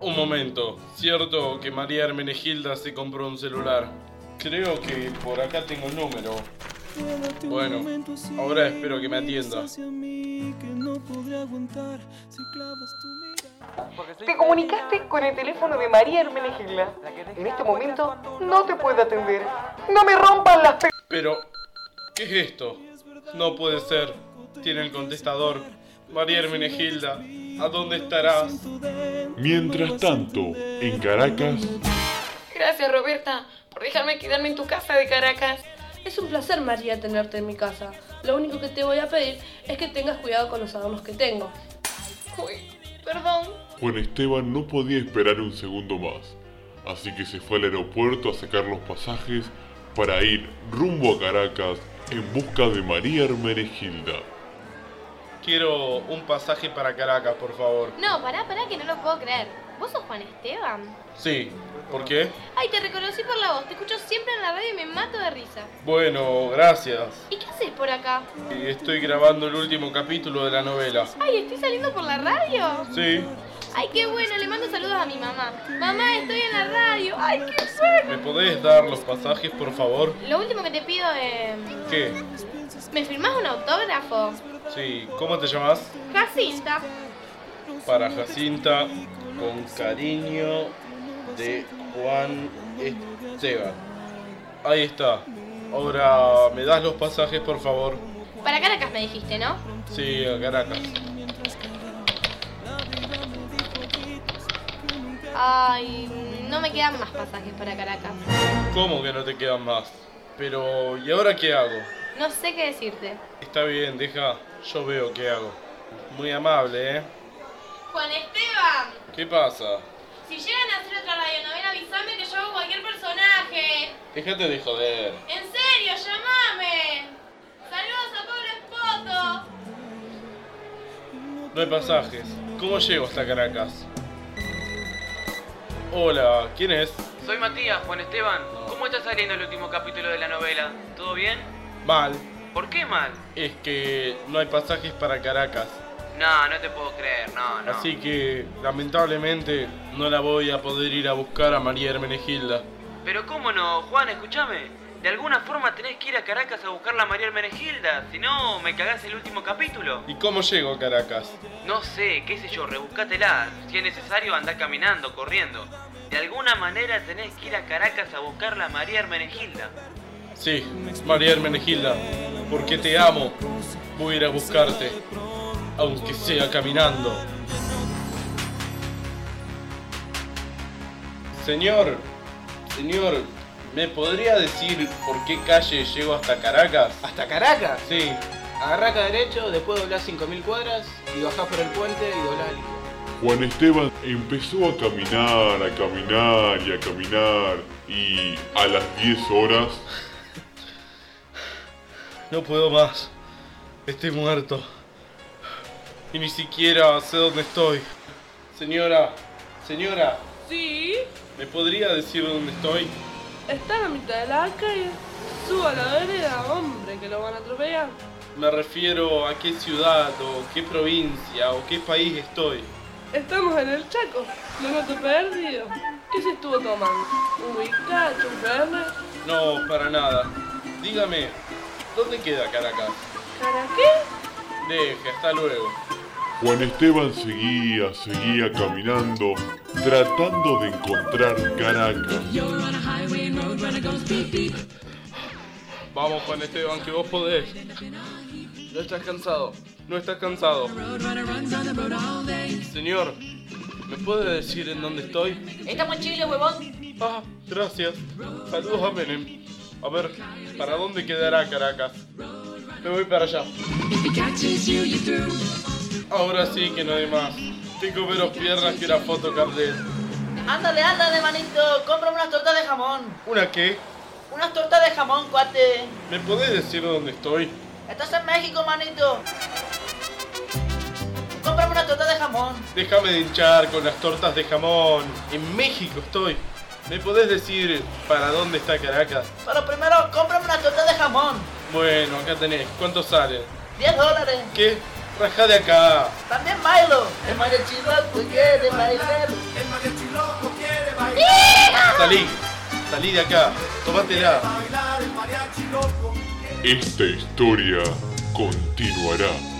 Un momento, cierto que María Hermenegilda se compró un celular. Creo que por acá tengo el número. Bueno, ahora espero que me atienda. Te comunicaste con el teléfono de María Hermenegilda. En este momento no te puedo atender. No me rompan las pelotas. Pero, ¿qué es esto? No puede ser. Tiene el contestador. María Hermenegilda, ¿a dónde estarás? Mientras tanto, en Caracas, Gracias, Roberta, por dejarme quedarme en tu casa de Caracas. Es un placer, María, tenerte en mi casa. Lo único que te voy a pedir es que tengas cuidado con los adornos que tengo. Uy, perdón. Juan Esteban no podía esperar un segundo más, así que se fue al aeropuerto a sacar los pasajes para ir rumbo a Caracas en busca de María Hermenegilda. Quiero un pasaje para Caracas, por favor. No, pará, pará, que no lo puedo creer. ¿Vos sos Juan Esteban? Sí, ¿por qué? Ay, te reconocí por la voz. Te escucho siempre en la radio y me mato de risa. Bueno, gracias. ¿Y qué haces por acá? Estoy grabando el último capítulo de la novela. Ay, estoy saliendo por la radio. Sí, Ay, qué bueno. Le mando saludos a mi mamá. Mamá, estoy en la radio. Ay, qué suerte. ¿me podés dar los pasajes, por favor? Lo último que te pido es... ¿Qué? ¿Me firmás un autógrafo? Sí, ¿cómo te llamas? Jacinta. Para Jacinta, con cariño de Juan Esteban. Ahí está. Ahora, ¿me das los pasajes, por favor? Para Caracas me dijiste, ¿no? Sí, a Caracas. Ay, no me quedan más pasajes para Caracas. ¿Cómo que no te quedan más? Pero, ¿y ahora qué hago? No sé qué decirte. Está bien, deja, yo veo qué hago. Muy amable, ¿eh? Juan Esteban, ¿Qué pasa? si llegan a hacer otra radionovela, avísame que yo hago cualquier personaje. Déjate de joder. En serio, llamame. Saludos a Pablo Espoto. No hay pasajes. ¿Cómo llego hasta Caracas? Hola, ¿quién es? Soy Matías, Juan Esteban. ¿Cómo está saliendo el último capítulo de la novela? ¿Todo bien? Mal. ¿Por qué mal? Es que no hay pasajes para Caracas. No, no te puedo creer, no, no. Así que, lamentablemente, no la voy a poder ir a buscar a María Hermenegilda. Pero cómo no, Juan, escúchame. De alguna forma tenés que ir a Caracas a buscar la María Hermenegilda, si no, me cagás el último capítulo. ¿Y cómo llego a Caracas? No sé, qué sé yo, rebuscátela. Si es necesario, andá caminando, corriendo. De alguna manera tenés que ir a Caracas a buscar la María Hermenegilda. Sí, María Hermenegilda, porque te amo, voy a ir a buscarte, aunque sea caminando. Señor, señor, ¿me podría decir por qué calle llego hasta Caracas? Hasta Caracas. Sí, Agarrá acá derecho, después doblás 5.000 cuadras y bajás por el puente y doblás al izquierdo. Juan Esteban empezó a caminar, a caminar y a caminar, y a las 10 horas no puedo más. Estoy muerto. Y ni siquiera sé dónde estoy. Señora, señora, Sí, ¿me podría decir dónde estoy? está en la mitad de la calle. Suba a la vereda, hombre, que lo van a atropellar. Me refiero a qué ciudad o qué provincia o qué país estoy. Estamos en el Chaco, lo noto perdido. ¿Qué se estuvo tomando? ¿Un bizcacho, un verde? No, para nada. Dígame, ¿dónde queda Caracas? ¿Para qué? Deje, hasta luego. Juan Esteban seguía, seguía caminando, tratando de encontrar Caracas. Vamos, Juan Esteban, que vos podés. No estás cansado. No estás cansado. Señor, ¿me puede decir en dónde estoy? Estamos en Chile, huevón. Ah, gracias. Saludos a Menem. A ver, ¿para dónde quedará Caracas? Me voy para allá. Ahora sí que no hay más. Tengo menos piernas que una foto Cardet. Ándale, ándale, manito. Compra unas tortas de jamón. ¿Una qué? Unas tortas de jamón, cuate. ¿Me podés decir dónde estoy? Estás en México, manito. Compra una torta de jamón. Déjame de hinchar con las tortas de jamón. En México estoy. ¿Me podés decir para dónde está Caracas? Pero primero, cómprame una torta de jamón. Bueno, acá tenés. ¿Cuánto sale? 10 dólares. ¿Qué? Rajá de acá. También Milo. El mariachi loco quiere bailar. Salí, salí de acá, tomátela. Esta historia continuará.